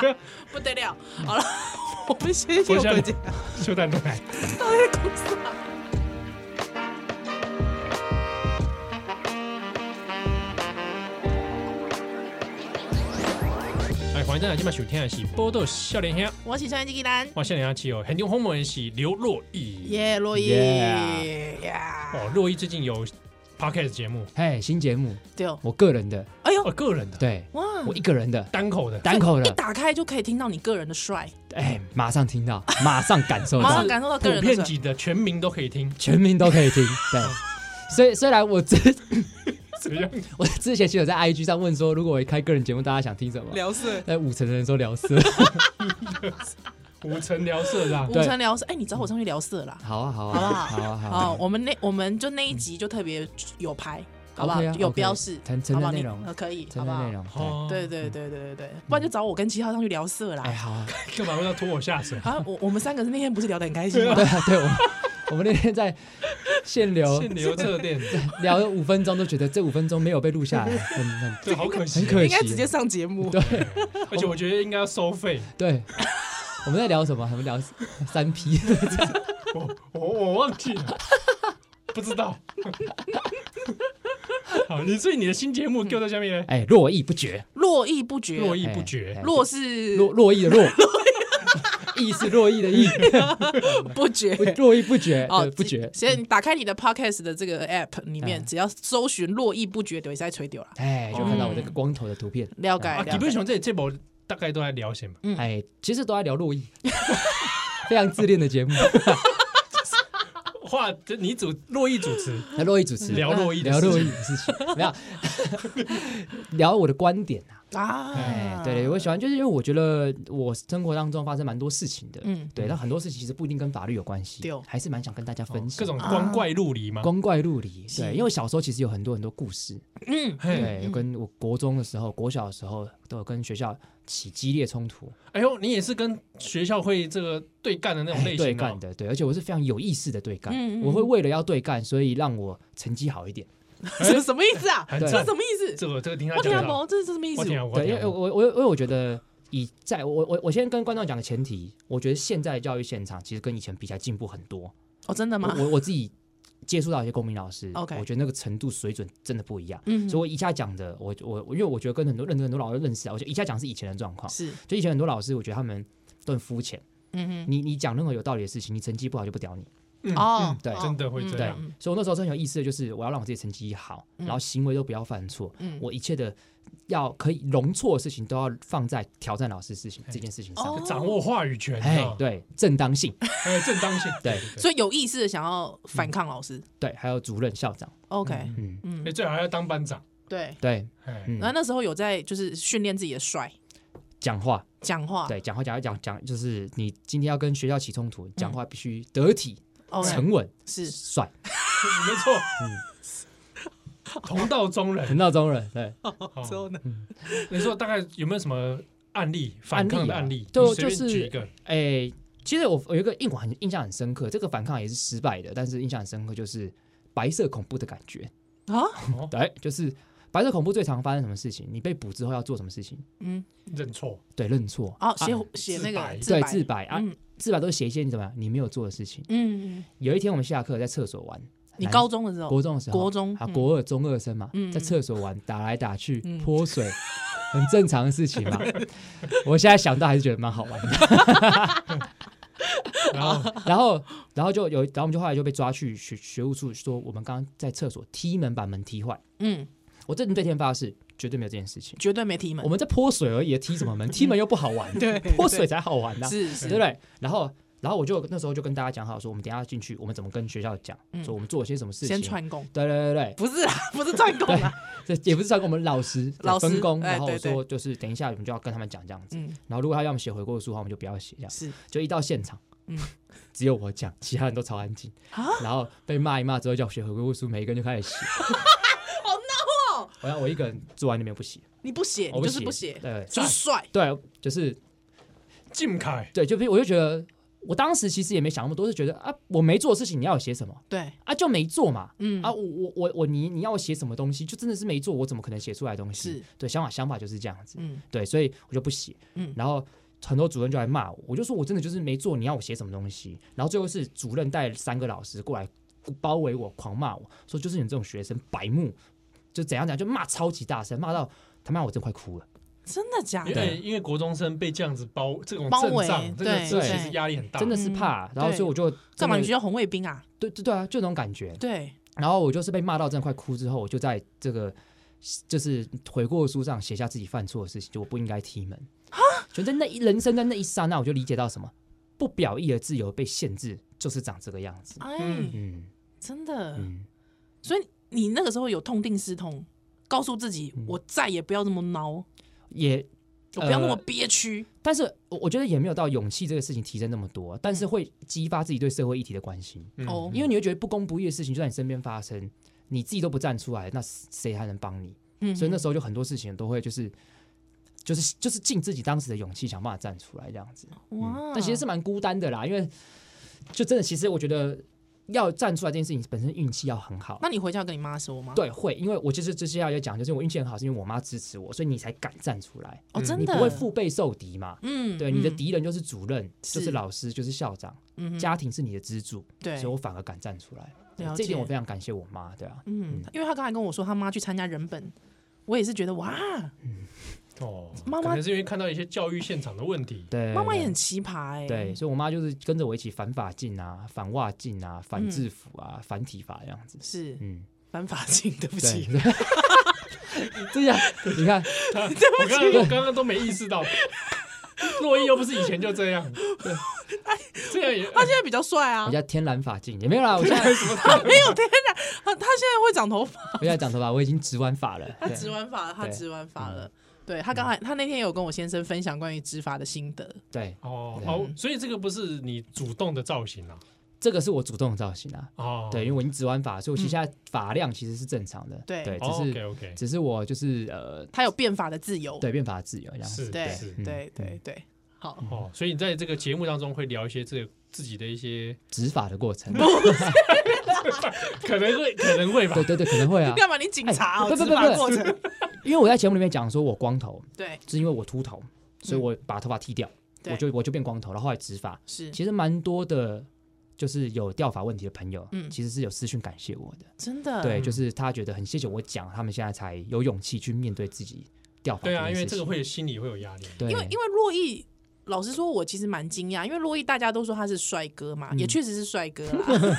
不得了！好了， 我们先休我想个假，修蛋蛋来。到底在公司啊。哎，欢迎大家今晚收听的是《波豆笑脸兄》，我喜欢这个人，哇，笑脸兄七哦，很牛红魔人是刘若毅。耶，洛伊， Yeah 呀，哦，若毅最近有 podcast 节目，嘿，新节目，对哦，我个人的，哎哦，呦，个人的，对哇，我一个人的单口的，单口一的，打开就可以听到你个人的帅，哎，马上听 到，马上感受马到上，哦感受到个普人的遍帅。级的，全民都可以听。全民都可以听， 对。虽虽然我之 怎样？我之前其实有在 IG 上问说，如果我开个人节目，大家想听什么？ 聊色，但五成的人说 聊色，五层聊色的、啊五，对成聊色，哎，你找我上去聊色啦。好啊好好啊不好好啊好好，啊，我们那我们就那一集就特别有牌，好不好 OK 啊？有 OK 标示，成成好不好的内你容呃可以，好真不的好内？容，对，哦，对，对对对对对，不然就找我跟七号上去聊色啦哎。好啊，干嘛要拖我下水？啊，我我们三个那天不是聊得很开心吗对？啊对，我我们那天在限流限 流测电，聊了五分钟，都觉得这五分钟没有被 录下来，很很对，好可惜，很可应惜该直接上节目。对而且我觉得应该要收费。对。我们在聊什么？我们聊三 P， 我我我忘记了，不知道。好，你所以你的新节目就在下面嘞，哎，络绎不绝，络绎不绝，络绎不绝啊哎。络是络络绎的 络，绎是络绎的绎，不绝 不。络绎不绝，呃不只绝。所以你哦打开你的 podcast 的这个 app 里面，嗯只要搜寻“络绎不绝”，等于在吹丢了。哎，就看到我哦这个光头的图片，了解，啊，了基本解。上这这部大概都在聊什么？嗯哎，其实都在聊络绎，非常自恋的 节目。话，这你主洛伊主持那络绎主持聊洛伊的聊事络情绎的事情，没有 聊我的观点啊。哎啊，， 对对，我喜欢，就是因为我觉得我生活当中发生蛮多事情的，嗯嗯，对，但很多事情其实不一定跟法律有关系对哦，还是蛮想跟大家分享哦啊各种光怪陆离嘛。光怪陆离。是对，因为我小时候其实有很多很多故事，嗯，嘿，对，跟我国中的时候、国小的时候都有跟学校起激烈冲突，哎呦，你也是跟学校会这个对干的那种哎类对型哦干的的，对，而且我是非常有意识的对干嗯嗯，嗯我会为了要对干，所以让我成绩好一点。什么什么意思 啊？很对这赞什。么意思？这个这个听他我听讲不到，懂，这是什么意思我？听到我对，听因为到我我我因为我觉得以在我我我先跟观众讲个前提，我觉得现在的教育现场其实跟以前比起来进步很多。哦，真的吗？我我我自己接触到一些公民老师 OK 我觉得那个程度水准真的不一样。嗯所以我以下讲的，我我我因为我觉得跟很多认识很多老师认识啊，我觉得以下讲是以前的状况，是，就以前很多老师，我觉得他们都很肤浅。嗯你你讲任何有道理的事情，你成绩不好就不屌你。嗯哼，哦，对哦真的会这对啊样，嗯所以我那时候是很有意思的，就是我要让我自己成绩好，嗯然后行为都不要犯错，嗯我一切的要可以容错的事情都要放在挑战老师事情这件事情上。哦掌握话语权，哎啊，对，正当性，还有正当性，对对所以有意识的想要反抗老师。对，还有主任、校长， OK，嗯，嗯哎你，最好要当班长，对。对，哎，嗯然，后那时候有在就是训练自己的帅讲话，讲话，对，讲话，讲话讲讲，就是你今天要跟学校起冲突，讲话必须得体、 ，OK，沉稳、嗯哦是帅，没错，嗯同道中人很。闹中人，对，哦之后呢？你说大概有没有什么案例反案例抗的啊案例？就你随便就是举一个，哎，其实我我有一个印象很印象很深刻，这个反抗也是失败的，但是印象很深刻就是白色恐怖的感觉，啊，哦对，就是白色恐怖最常发生什么事情？你被捕之后要做什么事情？嗯，认错，对，认错哦，啊写写那个自对白，自白啊嗯，自白都是写一些你怎么样你没有做的事情。嗯，嗯有一天我们下课在厕所玩，你男高中的时候，国中的时候，国中啊，嗯国二中二生嘛嗯，在厕所玩打来打去嗯泼水，很正常的事情 嘛。我现在想到还是觉得蛮好玩的。 然后哦然后，然后就有，然后我们就后来就被抓去学学务处，说我们刚刚在厕所踢门把门踢坏。嗯，我这对天发誓，绝对没有这件事情。绝对没提门 我，啊们在泼水而已，踢什么门？踢门又不好玩，对，泼水才好玩呐、是是对不对？然后然后我就那时候就跟大家讲好，说我们等一下进去，我们怎么跟学校讲，嗯说我们做了些什么事情。先串供，对对对对，不是啦，啊不是啊串供啦，这也不是在跟我们老师老师分工，哎然后我对对说就是等一下我们就要跟他们讲这样子，嗯，然后如果他要我们写悔过书的话，我们就不要写这样。是就一到现场，嗯 只有我讲，其他人都超安静啊，然后被骂一骂之后叫我写悔过书，每一个人就开始写， 好闹哦，我要我一个人坐在那边不写，你不写，我你就是不不写，对啊就是帅，对，就是靖凯对，就比我就觉得。我当时其实也没想那么多，是觉得啊，我没做的事情你要我写什么对，啊，就没做嘛，嗯啊，我我我我你你要我写什么东西，就真的是没做，我怎么可能写出来东西？是对，想法想法就是这样子，嗯对，所以我就不写。嗯然后很多主任就来骂我，我就说我真的就是没做，你要我写什么东西？然后最后是主任带三个老师过来包围我，狂骂我说就是你这种学生白目，就怎样怎样，就骂超级大声，骂到他妈我真快哭了。真的假因的？为因为国中生被这样子包这种包阵围仗，这个对是对其实压力很大，真的嗯是怕，然后所以我就干嘛？你真的学校红卫兵啊？对对对啊，就那种感觉。对，然后我就是被骂到真的快哭之后，我就在这个就是悔过书上写下自己犯错的事情，就我不应该踢门。就在那一人生在那一刹那，我就理解到什么不表意的自由被限制，就是长这个样子。哎嗯，嗯真的，嗯，所以你那个时候有痛定思痛，告诉自嗯己，我再也不要这么孬，也，我不要那么呃憋屈。但是我我觉得也没有到勇气这个事情提升那么多，但是会激发自己对社会议题的关心，嗯哦因为你会觉得不公不义的事情就在你身边发生，你自己都不站出来，那谁还能帮你？嗯所以那时候就很多事情都会就是。就是就是尽自己当时的勇气，想办法站出来这样子。哇，但其实是蛮孤单的啦，因为就真的，其实我觉得要站出来这件事情本身运气要很好那。你回家有跟你妈说吗？，对，会，因为我就是这些要讲，就是我运气很好，是因为我妈支持我，所以你才敢站出来，哦，嗯真你的，不会腹背受敌嘛。嗯，嗯，对，你的敌人就是主任，就是是老师，就是校长，嗯哼家庭是你的支柱，对所以我反而敢站出来。对了这一点解我非常感谢我妈，对啊，嗯，因为他刚才跟我说他妈去参加人本，我也是觉得哇，哦，妈妈可能是因为看到一些教育现场的问题，对，妈妈也很奇葩哎、对，，所以我妈就是跟着我一起反法镜啊、反袜镜啊、反嗯制服啊、反体法这样子。是嗯，反法镜，对不对起，， 这样你看，我刚刚我刚刚都没意识到，洛伊又不是以前就这样，这样也他现在比较帅啊人，家天然发镜也没有啦，我现 在没有天哪，他他现在会长头发，我现在长头发，我已经植完发 了。他对植完发了，他对植完发了。对他刚才，他那天有跟我先生分享关于植发的心得，对，哦对哦，所以这个不是你主动的造型啊，这个是我主动的造型啊。哦，对，因为我已经植完发，所以我其实现在发量其实是正常的。嗯对对，只，OK 是 OK，只是我就是呃，他有变法的自由。对，变发自由这样子。是对是嗯对对对，好，哦，所以你在这个节目当中会聊一些这个自己的一些， 植发的过程，可能会可能会吧对，对对，可能会啊。干嘛 你警察哦？哎不植不发不过程，因为我在节目里面讲说我光头，对是因为我秃头，所以我把头发剃掉，嗯对我就我就变光头，然后后来植发。是其实蛮多的，就是有掉发问题的朋友，嗯其实是有私讯感谢我的。真的，对，就是他觉得很谢谢我讲，他们现在才有勇气去面对自己掉发。对啊，因为这个情。会有心理会有压力，对，因为因为洛毅，老实说，我其实蛮惊讶，因为洛毅大家都说他是帅哥嘛，嗯也确实是帅 哥啦。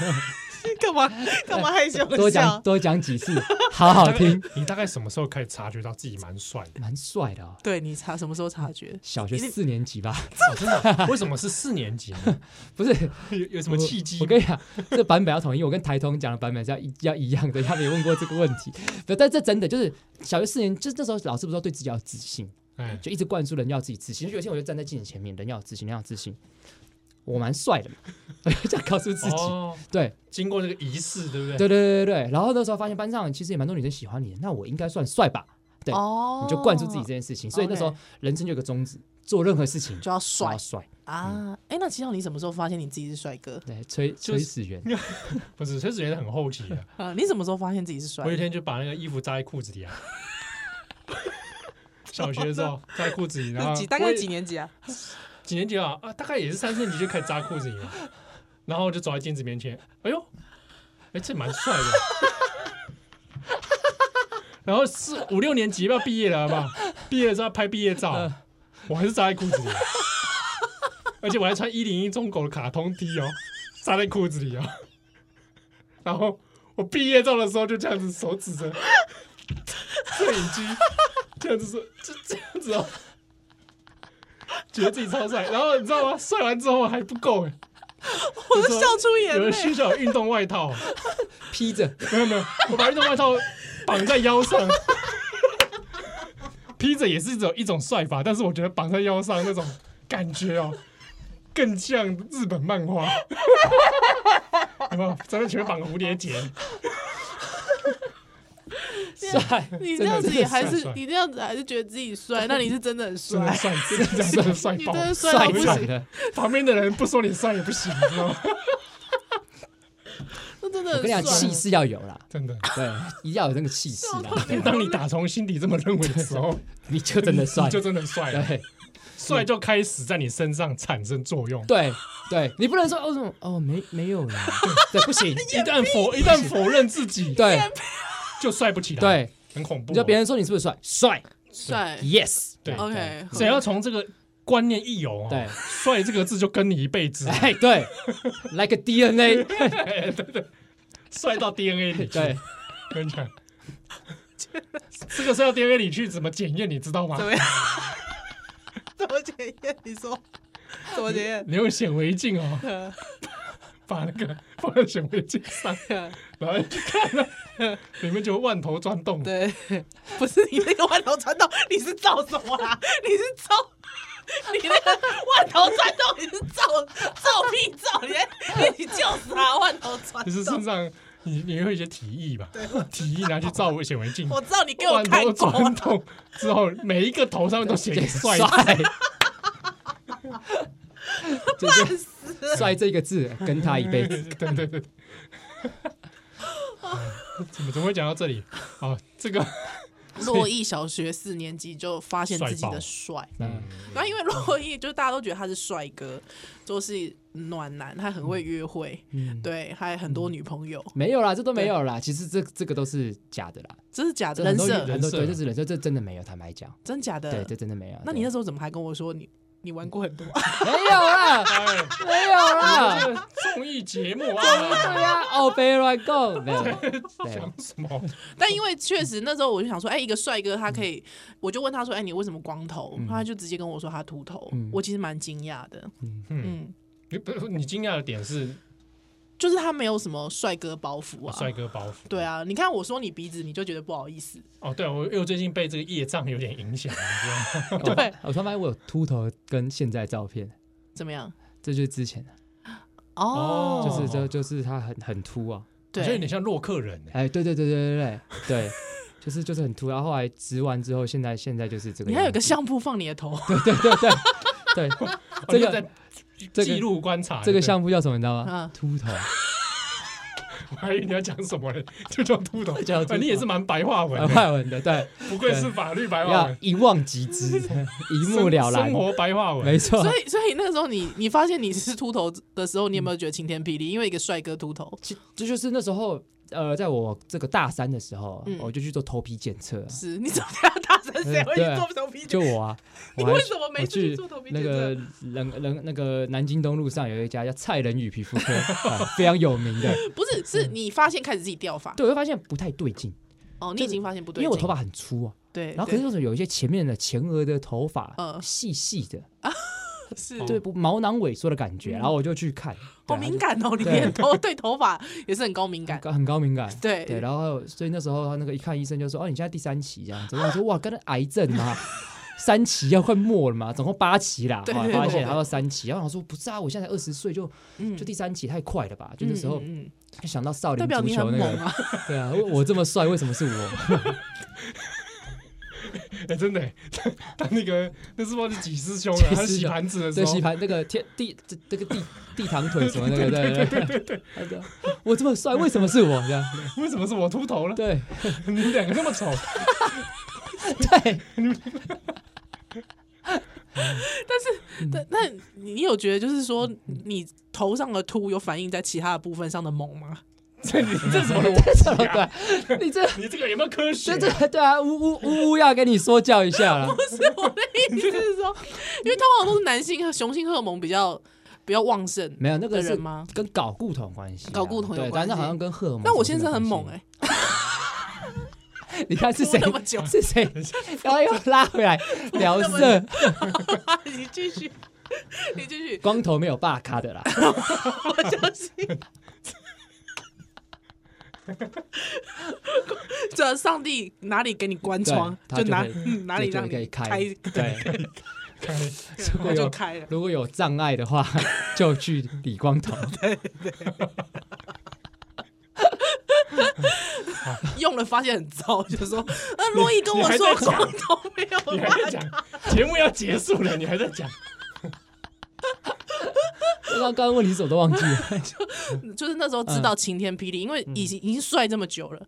干嘛干嘛害羞多的讲笑？多讲几次，好好听，哎你大概什么时候开始察觉到自己蛮帅的？蛮帅的、哦。对你察什么时候察觉？小学四年级吧，为什么是四年级呢？ 不是有有什我么契机吗？我跟你讲，这版本要统一，我跟台通讲的版本是要一要一样的。他们也问过这个问题，不，但这真的就是小学四年，就是那时候老师不是说对自己要有自信，哎，就一直灌输人要自己自信。就有一天我就站在镜子前面，人要有自信，人要有自信，我蛮帅的嘛， 我就这样告诉自己。哦对经过那个仪式，对不对？对对对对对，然后那时候发现班上其实也蛮多女生喜欢你的，那我应该算帅吧？对哦你就灌输自己这件事情，所以那时候 OK 人生就有个宗旨，做任何事情就要都帅要帅。嗯啊！哎，那其实你什么时候发现你自己是帅哥对，崔就崔是始源，不是，崔始源很 后期的。啊？你什么时候发现自己是帅我有一？天就把那个衣服扎在裤子里啊， 小学的时候扎在裤子里，然后几大我概也几年级啊？几年级啊？啊，大概也是三四年级就开始扎裤子里了，然后我就走在镜子面前，哎呦，哎，这蛮帅的。然后四五六年级要毕业了，好不好？毕业的时候要拍毕业照，我还是扎在裤子里，而且我还穿一零一中狗的卡通 T 哦，扎在裤子里哦。然后我毕业照的时候就这样子手指着摄影机，这样子说，就这样 子哦。觉得自己超帅，然后你知道吗？帅完之后还不够哎， 我都笑出眼有人泪需。要有运动外套，披 着，没有没有，我把运动外套绑在腰 上，披着也是只有一种帅法，但是我觉得绑在腰上那种感觉哦，更像日本漫 画。有没有？咱们前面绑个蝴蝶 结，帅，啊你这真的样子也还真的是帅你这样子还是觉得自己帅，那你是真的很真的帅，帅，真的真的帅你爆真，的帅帅到不惨行，了。 旁边的人不说你帅也不行，哦你知道吗？那真的我跟你讲，很气帅。势要有啦，真 的，对，一定要有那个气势啦，对当你打从心底这么认为的时 候，你就真的帅你，就真的帅了，对帅就开始在你身上产生作用。 对对，你不能说哦什么哦没没有啦，对，对不行，一旦否一旦否认自己，对就帅不起来，，对，很恐怖哦。你说别人说你是不是帅，帅帅， ，yes，对 OK 只要从这个观念一有哦，对帅这个字就跟你一辈子，哎对，like a DNA，帅到 DNA 里去。对，跟你讲，这个是要 DNA 里去怎么检验，你知道吗怎？么样？怎么检验？你说怎么检验？ 你用显微镜 哦，嗯把那个 放在显微镜上，嗯然后一看了，里面就有万头钻洞。对，不是你那个万头传动，你是造什么啦？你是造，你那个万头传动，你是造造屁造？你在你就是啊，万头传就是身动。上你你会有一些提议吧？提议拿去照显微镜，我知道你给我万看头过啊钻洞之后，每一个头上面都写一个帅 帅字。，就是帅这个字跟他一辈子， 对对对。怎么怎么会讲到这里？啊，这个 洛邑小学四年级就发现自己的帅，嗯然后因为洛邑就大家都觉得他是帅哥，就是暖男，他很会约会，嗯，对，还有很多女朋友，没有啦，这都没有啦，其实这这个都是假的啦，这是假的这人很多设，很多人设对，这是人设，这真的没有，坦白讲，真假的，对，这真的没有。那你那对时候怎么还跟我说你你玩过很多？啊没有啦，哎，没有啦这，个综艺节目啊，对呀，哦，别乱讲，没有， 对啊讲什么？ 但因为确实那时候我就想说，哎、一个帅哥他可以，我就问他说，哎、你为什么光头？他就直接跟我说他秃头，嗯我其实蛮惊讶的，嗯，嗯，你不你惊讶的点是就是他没有什么帅哥包袱啊，帅哥包袱。对啊，你看我说你鼻子，你就觉得不好意思，哦，对啊，我因为我最近被这个业障有点影响，你知道吗？对，我突然发现我有秃头跟现在照片，怎么样？这就是之前的，哦，就是这就是他很很秃啊，我觉得有对点像洛克人 欸。哎，对对对对对对对，就是就是很秃，然后后来植完之后，现在现在就是这个你样子，还有个相簿放你的 头，对， 这这个个哦在这个记录观察这个对不对项目叫什么，你知道吗啊？秃头，我还以为你要讲什么呢？ 就叫秃头， 叫秃啊你也头是蛮白话文呃，的，外文的， 对，不愧是法律白话要文，一望即 知，一目生了然生，活白话文。没错，所以所以那个时候你你发现你是秃头的时候，你有没有觉得晴天霹雳？因为一个帅哥秃头其这就是那时候，呃，在我这个大三的时候，嗯我就去做头皮检测啊，是，你怎么这样大声？谁会去嗯对做头皮？就我啊， 你我还为什么没我事去去做头皮那检测个人人那个南京东路上有一家叫蔡仁宇皮肤科、啊非常有名 的。不是，是你发现开始自己掉发，对，我就发现不太对劲，哦，你已经发现不对因劲，为我头发很粗啊，对，然后可是为什么有一些前面的前额的头发嗯细细的，对是对，不毛囊萎缩的感觉，然后我就去看，好对敏，感哦，你连头 对头发也是很高敏它感就，很高敏感。对对，然后所以那时候他那个一看医生就说：“哦，你现在第三期这样子。”我说：“哇，跟癌症啊，三期要快末了嘛，总共八期啦。”对后来对发对现他说三期，然后我说：“不是啊，我现在才二十岁就嗯就第三期太快了吧？”就那时候嗯嗯嗯就想到少代林表足你很球那猛个， 啊，对啊，我我这么帅，为什么是我？哎，真的欸，他他那个那是不是几师兄啊？几他师洗兄盘子的时这候洗，盘那个天地这这个地地堂腿什么那个，对对对对，他说我这么帅，为什么是我？这样为什么是我秃头了？对你们两个那么丑，对，但那你有觉得就是说你头上的秃有反映在其他的部分上的猛吗？这你这什么逻这辑么啊？对，你这你这个有没有科学这？这对啊，呜呜呜呜要跟你说教一下 啦。不是我的意思是说，因为通常都是男性和雄性荷尔蒙比较比较旺盛，没有那个的是人吗跟睾固酮有关系啊，睾固酮有对关系但是好像跟荷尔蒙。但我先生很猛，哎，你看是谁哭那么久？ 是谁？然后又拉回来聊色，你继续，你继 续，光头没有爸咖的啦。我相信。 这上帝哪里给你关窗，就对他就哪可以嗯哪里就让可以你开开，对，看如果我就有开了。如果有障碍的话，就去理光头。用了发现很糟，就说呃，洛伊跟我说你还在讲光头没有你还办在讲，，Oh 节目要结束了，你还在 讲，刚刚刚问你什么都忘记了， 就是那时候知道晴天霹雳，因为已经已经帅这么久了，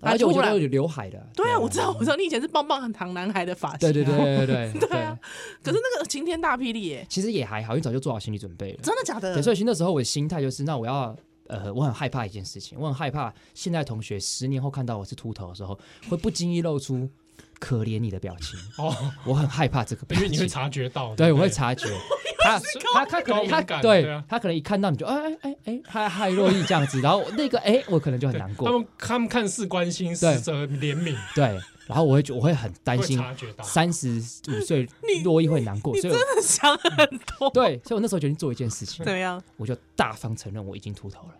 而且我突觉得然有刘海的。对啊，我知道，我知道你以前是棒棒糖男孩的发型，对对对，对对对对啊，可是那个晴天大霹雳耶，其实也还好，因为早就做好心理准备了。真的假的对，？所以其实那时候我的心态就是，那我要呃，我很害怕一件事情，我很害怕现在同学十年后看到我是秃头的时候，会不经意露出可怜你的表情。哦，我很害怕这个表因为情，你会察觉到，对，我会不 察觉。他他他可高能敏他感对对啊他可能一看到你就哎哎哎哎嗨嗨洛伊这样子，然后那个哎我可能就很对难他过，们他们看似关心，对实则怜悯，对，然后我会觉我会很担会心察觉到。三十五 岁洛伊会难过，你所真以我的想很多，对，所以我那时候决定做一件事情怎，么样？我就大方承认我已经秃头了。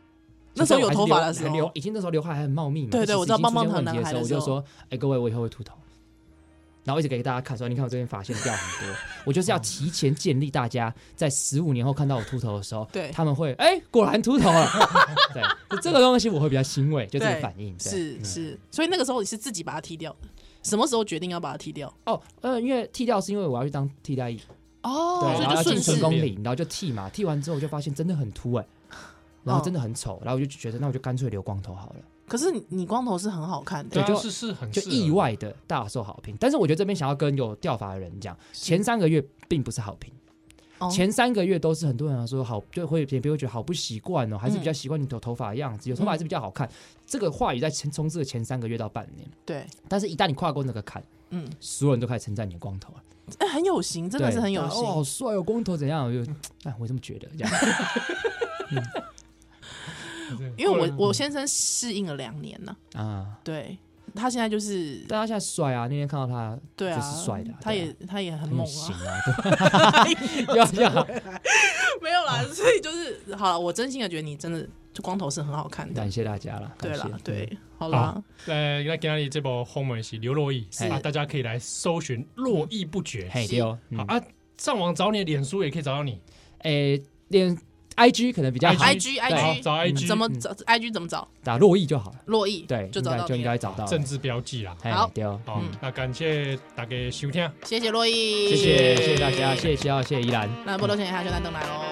那时候有头发的还时留候，已经那时候刘海还很茂密嘛。对对就我知道已经出现棒棒糖问题男孩的的我时就候说，哎，各位，我以后会秃头。然后一直给大家看，说你看我这边发线掉很多，我就是要提前建立大家在十五年后看到我秃头的时候，对他们会哎果然秃头了， 对，就这个东西我会比较欣慰，就这个反应。对是嗯是，所以那个时候你是自己把它剃掉的，什么时候决定要把它剃掉？哦，呃，因为剃掉是因为我要去当替代役，哦对，所然以后就要顺进势成功岭，然后就剃嘛，剃完之后我就发现真的很秃哎，然哦后真的很丑，然后我就觉得那我就干脆留光头好了。可是你你光头是很好看的，对啊，对就是是很就适合意外的大受好评。但是我觉得这边想要跟有掉发的人讲，是前三个月并不是好评，哦前三个月都是很多人说好，就会别人会觉得好不习惯哦，还是比较习惯你头头发嗯的样子，有头发还是比较好看。这个话语在前冲刺的前三个月到半年，对，但是一旦你跨过那个坎，嗯，所有人都开始称赞你的光头了，哎，很有型，真的对是很有哦，好型。帅哦，光头怎样？我就哎，我这么觉得 这样。因为嗯我我先生适应了两年呢，啊。对他现在就是但他现在帅啊！那天看到他对啊，就是帅的啊他对啊也他也很很有猛型啊，啊，对 要要，没有啦，哦所以就是好了，我真心的觉得你真的就光头是很好看的感，谢大家了，对感啦谢，嗯对，好啦好，呃，那今天这部后面是刘若意是啊，大家可以来搜寻“络绎不绝嘿对哦，嗯”好啊，上网找你的脸书也可以找到你，诶、连 I G 可能比较好嗯 I，G 好 I 找 IG 怎么找 I G 怎么找？打洛邑就好了。洛毅对，就应找该到就应你了，该找到了政。治标记啦。嘿好对哦，好，那感谢大家收听。谢谢洛毅，谢谢谢谢大家，谢谢肖，谢谢依兰。那波多先生他就在等来喽。